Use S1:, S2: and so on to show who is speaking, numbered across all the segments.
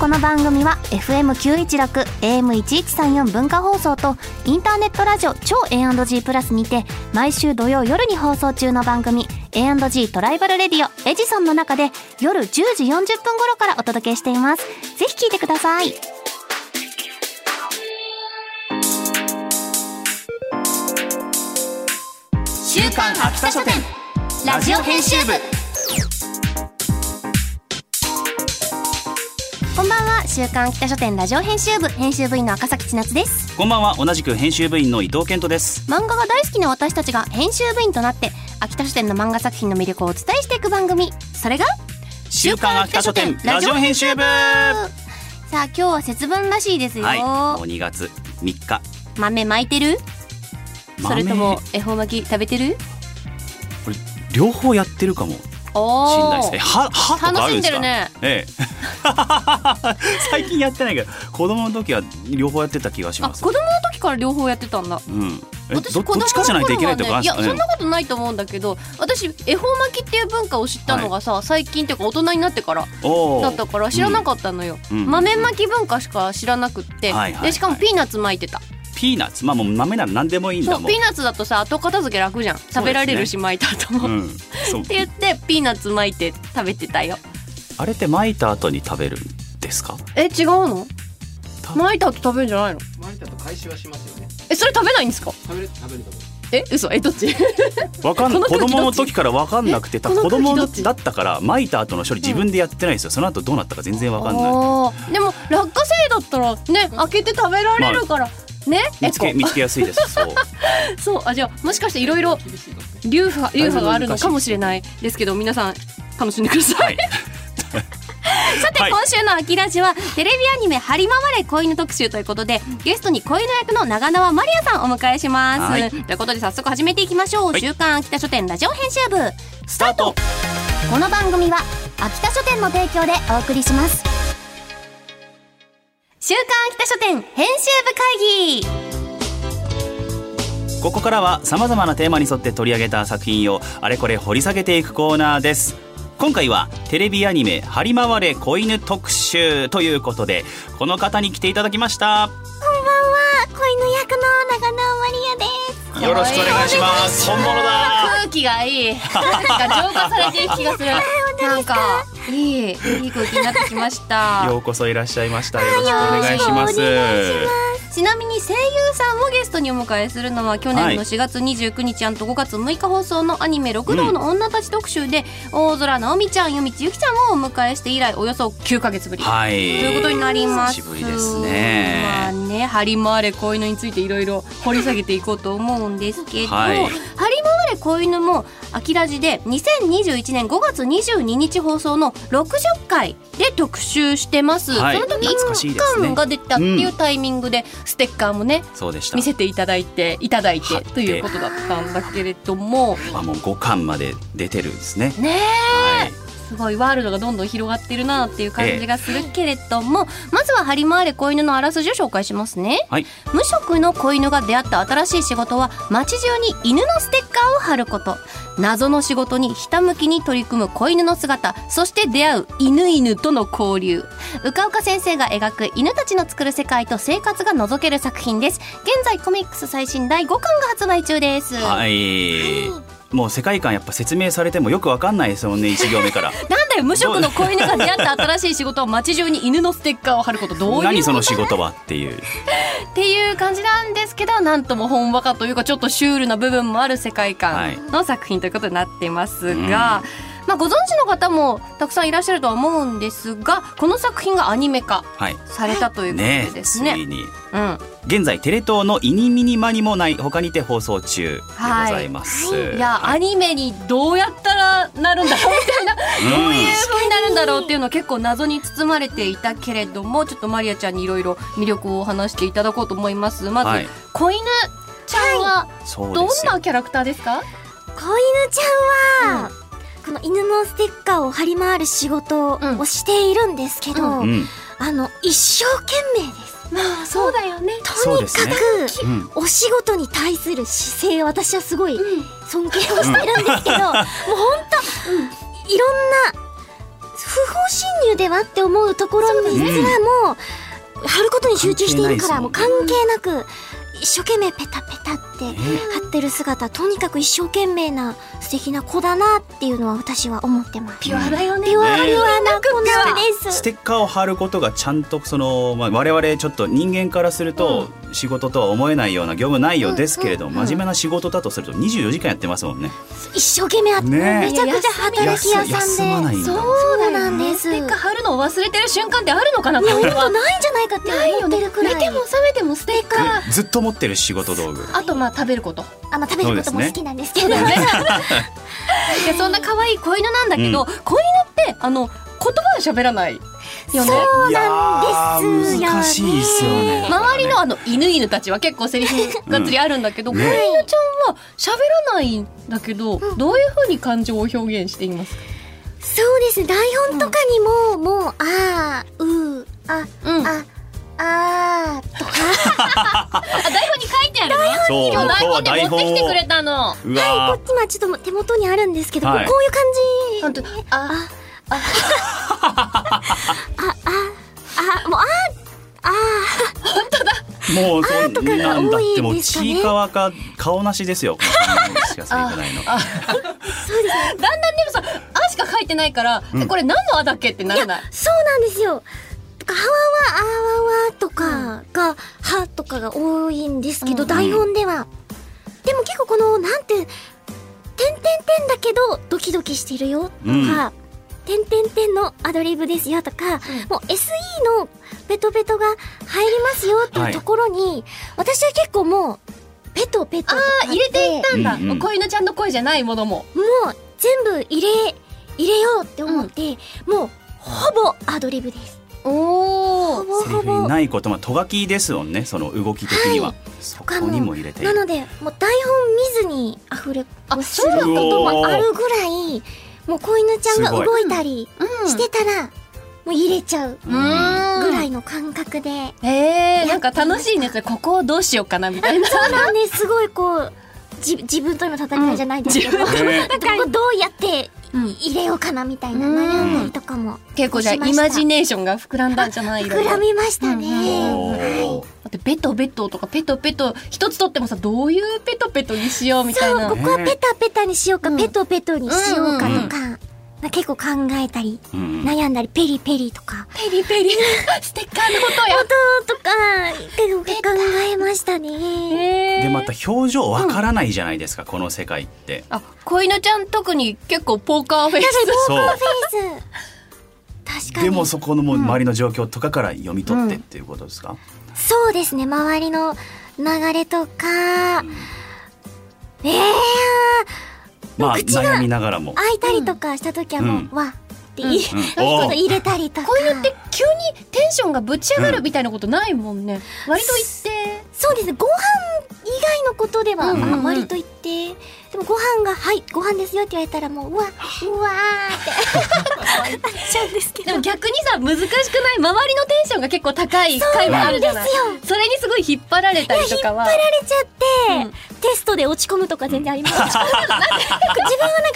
S1: この番組は FM916 AM1134 文化放送とインターネットラジオ超 A&G プラスにて毎週土曜夜に放送中の番組 A&G トライバルレディオエジソンの中で夜10時40分頃からお届けしていますぜひ聞いてください
S2: 週刊秋田書店ラジオ編集部
S1: こんばんは週刊北書店ラジオ編集部編集部員の赤崎千夏です
S3: こんばんは同じく編集部員の伊藤健人です
S1: 漫画が大好きな私たちが編集部員となって秋田書店の漫画作品の魅力をお伝えしていく番組それが
S3: 週刊秋田書店ラジオ編集部は
S1: さあ今日は節分らしいですよ、
S3: いもう2月3日
S1: 豆巻いてるそれとも
S3: 豆
S1: 恵方巻き食べてる
S3: これ両方やってるかもしん
S1: お
S3: ないです
S1: ー
S3: ね歯歯とかあ
S1: 楽
S3: る
S1: し
S3: ん
S1: ん
S3: で
S1: です
S3: か
S1: るね
S3: え え最近やってないけど子供の時は両方やってた気がし
S1: あ
S3: ます
S1: 子供の時から両方やってたんだ
S3: うんえ
S1: 私
S3: ど
S1: 子供
S3: ど
S1: の
S3: っちかじゃないといけないと
S1: 頃
S3: か
S1: は
S3: あ
S1: ねいや
S3: るんで
S1: そ
S3: すか
S1: ん
S3: ね
S1: なことないと思うんだけど私恵方巻きっていう文化を知ったのがさ、最近っていうか大人になってから
S3: お
S1: だったから知らな
S3: っ
S1: かったのよ、
S3: うん
S1: 豆巻き文化しか知らなくって、
S3: はいはい
S1: でしかもピーナッツ巻いてた、
S3: たピーナッツまあもう豆なら何でもいいん
S1: そ
S3: だ
S1: う
S3: もん
S1: ピーナッツだとさ後片付け楽じゃん食べられるし巻いた後も、っ
S3: うんそう
S1: て言ってピーナッツ巻いて食べてたよ
S3: あれって巻いた後に食べるんですか
S1: え違うの
S3: た
S1: 巻いた後食べるんじゃないの
S4: マリタと開始はしますよね。
S1: えそれ食べないんですか
S4: 食べる食べると思う。
S1: え嘘えどっち
S3: わかん
S1: この
S3: 子
S1: 空気
S3: 供
S1: ど
S3: の
S1: っち
S3: 時からわかんなくて
S1: え
S3: 多分
S1: この
S3: 子供
S1: 空気
S3: の
S1: どっち
S3: だったから巻いた後の処理自分でやってないんですよその後どうなったか全 然わかんない
S1: あーでも落花生だったらね開けて食べられるから、ね
S3: 見つけ
S1: えこ
S3: 見つけやすいです そう
S1: うそうあじゃあもしかしていろいろ
S4: 厳しいだって。
S1: 流派流派があるのかもしれ
S3: い
S1: ないですけど皆さん楽しんでください
S3: はい
S1: さて、
S3: はい
S1: 今週の「秋ラジはテレビアニメ「張り回れ子犬」特集ということでゲストに子犬役の長縄まりやさんをお迎えします、
S3: はい
S1: ということで早速始めていきましょう「
S3: はい
S1: 週刊秋田書店ラジオ編集部」
S3: スタート
S1: この番組は秋田書店の提供でお送りします週刊秋田書店編集部会議
S3: ここからはさまざまなテーマに沿って取り上げた作品をあれこれ掘り下げていくコーナーです今回はテレビアニメ「張り回れ子犬特集」ということでこの方に来ていただきました
S1: あ、子犬役の長縄まりやです
S3: よろしくお願いします本物だ
S1: 空気がいい。なんか浄化されていく気がする。なんかいいいい空気になってきました。
S3: ようこそいらっしゃいましたよろしくお願いします
S1: ちなみに声優さんをゲストにお迎えするのは去年の4月29日と5月6日放送のアニメ「六道の女たち」特集で、大空直美ちゃん夜道ゆきちゃんをお迎えして以来およそ9か月ぶり、
S3: はい
S1: ということになります。
S3: 久しぶりですね
S1: まあね、張り回れ子犬についていろいろ掘り下げていこうと思うんですけど、
S3: はい
S1: 張り回れ子犬も秋ラジで2021年5月22日放送の60回で特集してます。
S3: はい
S1: その時
S3: 懐かしい
S1: 印
S3: ですね
S1: 鑑が出たっていうタイミングでステッカーもね。
S3: そうでした
S1: 見せていただいていただい
S3: 貼ってて
S1: ということだったんだけれども
S3: あもう五巻まで出てるんですね。
S1: ねえ
S3: はい。
S1: すごいワールドがどんどん広がってるなっていう感じがするけれども、まずは張り回れ子犬のあらすじを紹介しますね、
S3: はい
S1: 無職の子犬が出会った新しい仕事は街中に犬のステッカーを貼ること謎の仕事にひたむきに取り組む子犬の姿そして出会う犬犬との交流うかうか先生が描く犬たちの作る世界と生活が覗ける作品です現在コミックス最新第5巻が発売中です、
S3: はい。もう世界観やっぱ説明されてもよくわかんないです もんね一行目から。
S1: なんだよ無職の子犬が出会った新しい仕事は街中に犬のステッカーを貼ることどういう
S3: 何その仕事はっていう。
S1: っていう感じなんですけどなんともほんわかというかちょっとシュールな部分もある世界
S3: はい
S1: 観の作品ということになってますが、
S3: うん
S1: まあ、ご存知の方もたくさんいらっしゃるとは思うんですがこの作品がアニメ化
S3: はい。
S1: されたという
S3: ね
S1: こと
S3: え
S1: です
S3: つ
S1: ね。
S3: いに。
S1: うん、
S3: 現在テレ東のイニミニマにもない他にて放送中でご
S1: はい
S3: ざいます。
S1: いや、アニメにどうやったらなるんだろうみたいな
S3: うん
S1: どういう風になるんだろうっていうのは結構謎に包まれていたけれどもちょっとマリアちゃんにいろいろ魅力を話していただこうと思いますまず、
S3: はい
S1: 子犬ちゃんは
S3: そう
S1: どん
S3: ですよ
S1: な。キャラクターですか
S5: 子犬ちゃんは、この犬のステッカーを張り回る仕事をしているんですけど、
S1: うん
S3: うん。
S5: あの一生懸命です
S1: まあそうだよね
S3: そ
S5: と
S3: う
S5: に
S3: で
S5: か
S3: すね
S5: く、
S3: うん
S5: お仕事に対する姿勢私はすごい尊敬をしてるんですけど、もうほんと、いろんな不法侵入ではって思うところにす
S3: そう
S5: ら
S3: だね
S5: もう貼ることに集中しているからもう
S3: 関
S5: 関係なく一生懸命ペタペタって貼ってる姿とにかく一生懸命な素敵な子だなっていうのは私は思ってます。
S1: ピュアだよね
S5: ピュア
S3: ね
S5: ピュアな子なんで
S3: ス
S5: す。
S3: テッカーを貼ることがちゃんとその、まあ、我々ちょっと人間からすると仕事とは思えないような業務内容ですけれども、真面目な仕事だとすると24時間やってますもんね。
S5: 一生懸命あって、
S3: ねえ
S5: めちゃくちゃ働き屋
S3: 休休
S5: さ
S3: ま
S5: ん
S3: な
S5: で。
S3: いんだ。
S5: そうなんです。
S1: ステ
S5: ね
S1: ッカー貼るのを忘れてる瞬間ってあるのかなこれ
S5: 本
S1: は
S5: 当ないんじゃないかって思ってるくらい。
S1: 寝ても覚めてもステッカー
S3: ずっと持ってる仕事道具。
S1: あとまあ食べること
S5: あまあ食べることも好きなんですけどね。
S1: いやそんな可愛い子犬なんだけど、
S3: うん
S1: 子犬ってあの言葉は喋らないよね
S5: そうなんですよ
S3: い
S5: ね
S3: やー難しいですよね。
S1: 周りのあの犬犬たちは結構セリフがっつりあるんだけど、
S3: うん
S1: 子
S3: ね
S1: 犬ちゃんは喋らないんだけど、どういう風に感情を表現していますか、
S5: そうですね。台本とかにも、もう、あー、うー、あ、
S1: うん、あ
S5: あ、あーとか、
S1: 台本に書いてあるの
S3: そう
S1: 今日台本
S3: 台
S1: で持ってきて
S3: 本を
S1: くれたの
S3: うわー
S5: 今ちょっと手元にあるんですけど、
S3: はい
S5: こういう感じ。
S1: 本当あ
S5: あ、あ、あ、もう、あ
S3: もうそ
S5: とか
S3: ん
S5: が
S3: なんだっ
S5: 多い
S3: てもう
S5: ですかね
S3: ちいかわか顔なしですよ。この感じしかされてないの。
S1: だんだんでもさ「あ」しか書いてないから、えこれ何の「あ」だっけってならない
S5: そうなんですよ。とか、はわわ、あわわとかが、はとかが多いんですけど、
S1: うん
S5: 台本では。でも結構この、なんて、てんてんてんだけど、ドキドキしてるよ、とか、てんてんてんのアドリブですよ、とか、もう SE のペトペトが入りますよ、っていうところに、私は結構もう、ペトペトとか
S1: あ入れていったんだ、
S3: うんうん
S1: 子犬ちゃんの声じゃないものも
S5: もう全部入れ、入れようって思って、もうほぼアドリブです。
S1: お
S5: ほ
S1: お
S5: ぼ
S3: セリ
S5: ほ
S3: フに
S5: ぼ。
S3: ないことまあとがきですもんね。その動き的には、
S5: は
S3: そこにも入れてい
S5: な
S3: る。
S5: ので、もう台本見ずに溢れ、
S1: あ
S5: す
S1: そう
S5: る
S1: だった
S5: ことと
S1: 思
S5: も
S1: う
S5: あるぐらい、もう子犬ちゃんが
S3: すごい
S5: 動いたり
S1: うん
S5: してたら、もう入れちゃう
S1: うーん
S5: ぐらいの感覚で。
S1: へえなんか楽しいねそれここをどうしようかなみたいな
S5: そうなんです。すごいこう、じ自分との戦いじゃないですけど、
S1: うん
S5: こ
S1: 自
S3: ね
S5: こどうやって
S1: うん
S5: 入れようかなみたいな
S1: うん
S5: 悩んだりとかも
S1: 結構じゃあイ
S5: しました
S1: マジネーションが膨らんだんじゃない
S5: 膨らみましたね。
S3: おー
S1: だってベトベトとかペトペト一つ取ってもさどういうペトペトにしようみたいな
S5: ここはペタペタにしようか、
S1: うん
S5: ペトペトにしようか
S1: うん
S3: うんうん
S5: とか、な結構考えたり、
S3: うん
S5: 悩んだり、ペリペリとか、
S1: ペリペリ ステッカーのことや
S5: とか、結構考えましたね。
S1: へ
S3: で
S1: ー
S3: また表情わからないじゃないですか、この世界って。
S1: あ子犬ちゃん特に結構ポーカーフェイス
S3: そう。
S5: フェイス。確かに。
S3: でもそこのもう周りの状況とかから読み取ってっていうことですか。
S5: そうですね、周りの流れとか、ええ
S3: まあ
S5: 口が
S3: 悩みながらも
S5: ー、。開いたりとかした時はもう、
S3: うん
S5: わって 言い、
S3: うん
S5: ちょっと入れたりとか。
S1: 子犬って急にテンションがぶち上がるみたいなことないもんね、割と言って
S5: そうですねご飯以外のことでは、
S1: うんうんうん
S5: あ割と言ってでもご飯が「はいご飯ですよ」って言われたらも ううわうわーって なっちゃうんですけど
S1: でも逆にさ難しくない周りのテンションが結構高い回もあるじゃない
S5: そうなん
S1: それにすごい引っ張られたりとかは
S5: 引っ張られちゃって、テストで落ち込むとか全然 あります自分はなんか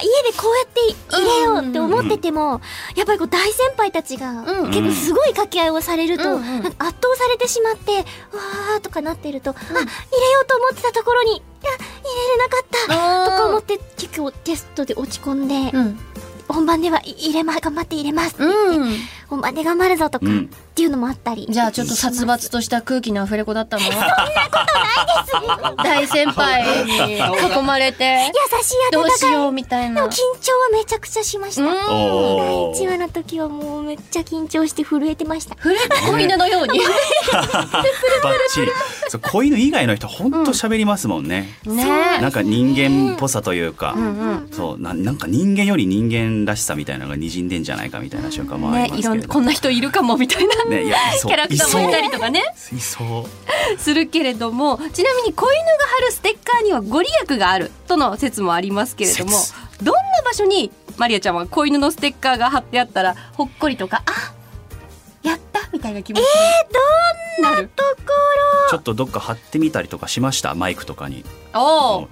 S5: 家でこうやって入れようって思ってても、やっぱりこう大先輩たちが
S1: うん
S5: 結構すごい掛け合いをされると、
S1: うんうん
S5: なんか圧倒されてしまってわーとかなってると、あ入れようと思ってたところにあ入れれなかった
S1: あー
S5: とか思って結構テストで落ち込んで、
S1: うん
S5: 本番ではい入れま頑張って入れます、
S1: うん
S5: 本番で頑張るぞとか、
S3: うん
S5: っていうのもあったり
S1: じゃあちょっと殺伐とした空気のアフレコだ ったのそんなことないです大先輩に囲まれて
S5: 優しい
S1: ど
S5: 温
S1: う
S5: かい
S1: しようみたい
S5: で
S1: な
S5: も緊張はめちゃくちゃしました。
S1: うん
S5: 第
S3: お
S5: 1話
S3: ー
S5: の時はもうめっちゃ緊張して震えてました。
S1: 古い子犬のように
S3: バッチリ。そう子犬以外の人本当喋りますもんね。
S1: ね
S3: なんか人間っぽさというか。
S1: うんうん
S3: そうななんか人間より人間らしさみたいなのが滲んでんじゃないかみたいな瞬間もあ
S1: ね
S3: りま
S1: い
S3: す
S1: ろ
S3: け
S1: ん
S3: れ
S1: な
S3: ど
S1: こんな人いるかもみたいな
S3: ねいやい
S1: キ
S3: そう
S1: ャラクターもいたりとかね
S3: いそう
S1: するけれどもちなみに子犬が貼るステッカーにはご利益があるとの説もありますけれども
S3: 説
S1: どんな場所にマリアちゃんは子犬のステッカーが貼ってあったらほっこりとかあやったみたいな気持ちになる、え
S3: ちょっとどっか貼ってみたりとかしましたマイクとかに
S1: どんなおお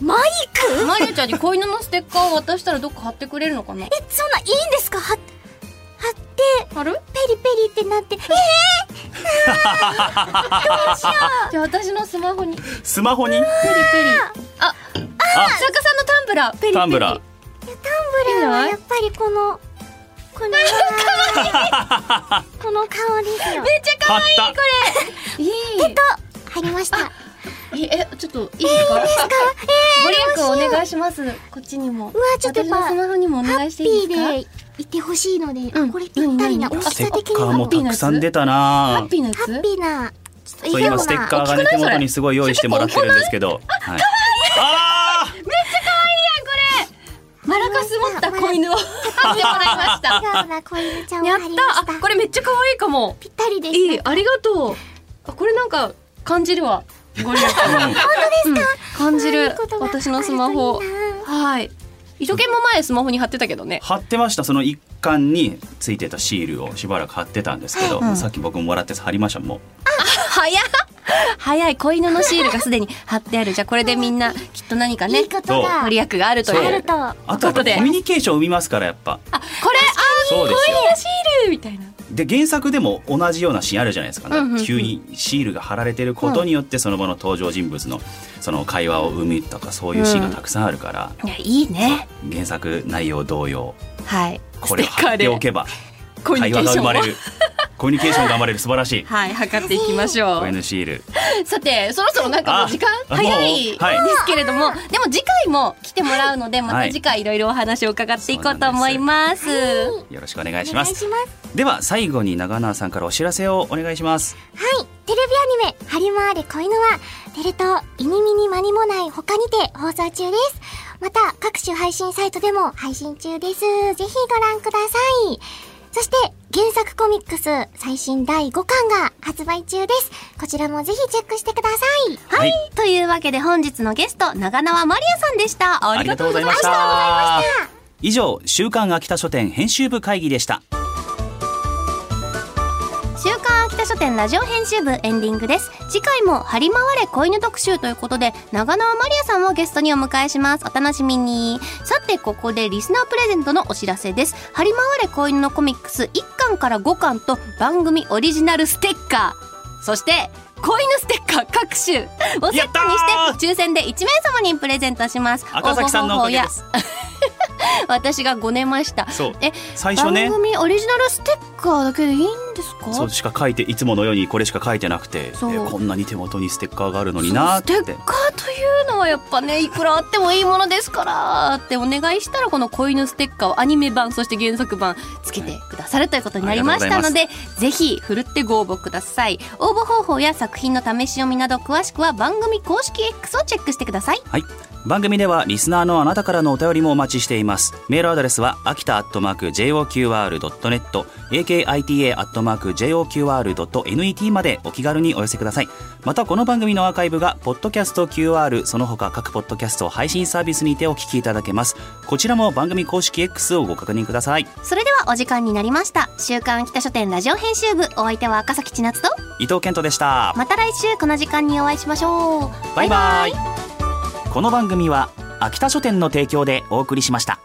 S5: マイク
S1: マリアちゃんに子犬のステッカーを渡したらどっか貼ってくれるのかな
S5: え、そんないいんですかは、
S1: ある
S5: ペリペリってなって、えー、
S1: じゃあ私のスマホにペリペ
S3: スマホに
S1: リあ
S3: あ
S1: 作家さんのタンブラーペリペリ
S3: タンブラー
S5: タンブラーはやっぱりこの、この、 この顔ですよ。
S1: めっちゃ可
S3: 買った
S1: 愛いい
S5: 入りました。
S1: いえちょっといいですか、ご利益お願いしますこっちにもう
S5: わちょっとやっぱ
S1: 私のスマホにもお願いしていいですか
S5: ハッピーでいてほしいので、
S1: うん
S5: これぴったりな
S1: 何何
S5: 大き
S3: ステ
S5: さ的
S3: ッ
S5: に
S3: カー
S5: は
S3: もたくさん出た
S1: ハ
S3: な
S1: ッピーなやつ
S5: ハッピーなちょっと
S3: そう今ステッカー
S1: 大き
S3: がね手
S1: くないそれ
S3: 元にすごい用意してもらってるんですけどはいあー
S1: マラカス持った子犬を買ってもらいました
S5: 笑顔な子犬ちゃんを
S1: やっ
S5: 貼りました
S1: たあこれめっちゃ可愛いかも
S5: ぴったりです
S1: いいありがとう あこれなんか感じるわご利益
S3: うん
S1: うん感じる
S5: いいことが
S1: 私のスマ
S5: あ
S1: ホ
S5: るといいな
S1: はい一生懸命前スマホに貼ってたけどね
S3: 貼ってましたその一巻についてたシールをしばらく貼ってたんですけど、
S1: うん
S3: さっき僕ももらって貼りましたもん
S1: 早っ早い子犬のシールがすでに貼ってあるじゃあこれでみんなきっと何かね
S5: いいこと
S3: そ
S5: が
S1: ご利益があると
S3: そう
S5: あ
S1: い
S5: る
S1: う
S5: とあ
S3: あとは
S1: ということで
S3: コミュニケーションを生みますからやっぱ
S1: あこれあ
S3: そうですよ
S1: 子犬のシールみたいな
S3: で原作でも同じようなシーンあるじゃないですか、ね
S1: うんうんうん
S3: 急にシールが貼られてることによってその場の登場人物のその会話を生みとかそういうシーンがたくさんあるから、
S1: いやいいね
S3: 原作内容同様
S1: はい
S3: これを貼っておけば
S1: コミュ
S3: 会
S1: ニケ
S3: 話
S1: ー
S3: が
S1: シ
S3: 生
S1: ョン
S3: まれ
S1: を
S3: るコミュニケーションが生まれる素晴らしい
S1: はい測っていきましょう
S3: ON シール
S1: さてそろそろなんかもう時間
S3: あ
S1: 早いで
S3: も
S1: す
S3: うはい
S1: けれども、でも次回も来てもらうのでま
S3: は
S1: た
S3: い
S1: 次回いろいろお話を伺っていこうと思います。
S3: よろしくお願い
S5: お
S3: しま
S5: 願い
S3: す
S5: します
S3: では最後に長縄さんからお知らせをお願いします
S5: はい。テレビアニメ、ハリマーレ子犬は、テレ東、イニミニマニもない他にて放送中です。また、各種配信サイトでも配信中です。ぜひご覧ください。そして、原作コミックス最新第5巻が発売中です。こちらもぜひチェックしてください。
S1: はい、
S3: は
S1: というわけで本日のゲスト長縄まりやさんでした。ありがとうございました。
S3: ありがとうございました以上週刊秋田書店編集部会議でした
S1: 週刊秋田書店ラジオ編集部エンディングです次回も張り回れ子犬特集ということで長縄まりやさんをゲストにお迎えしますお楽しみにさてここでリスナープレゼントのお知らせです張り回れ子犬のコミックス1巻から5巻と番組オリジナルステッカーそして子犬ステッカー各種をセットに
S3: や
S1: し
S3: って
S1: 抽選で1名様にプレゼントします
S3: 赤崎さんのおかげ
S1: 応募
S3: で
S1: 方
S3: す
S1: 法や私が5年前した
S3: そう
S1: え
S3: 最初ね
S1: 番組オリジナルステッカーだけでいいんですか
S3: そうしか書いていつものようにこれしか書いてなくてえ
S1: そう
S3: こんなに手元にステッカーがあるのになーっ
S1: そうス
S3: て
S1: テッカーというのはやっぱねいくらあってもいいものですからってお願いしたらこの子犬ステッカーをアニメ版そして原作版つけてくださるということになりましたので、ぜひふるってご応募ください応募方法や作品の試し読みなど詳しくは番組公式 X をチェックしてください
S3: はい番組ではリスナーのあなたからのお便りもお待ちしていますメールアドレスは秋田アットマーク JOQR.net akita アットマーク JOQR.net までお気軽にお寄せくださいまたこの番組のアーカイブがポッドキャスト QR その他各ポッドキャスト配信サービスにてお聞きいただけますこちらも番組公式 X をご確認ください
S1: それではお時間になりました週刊秋田書店ラジオ編集部お相手は赤崎千夏と
S3: 伊藤健人でした
S1: また来週この時間にお会いしましょう
S3: バイバイこの番組は秋田書店の提供でお送りしました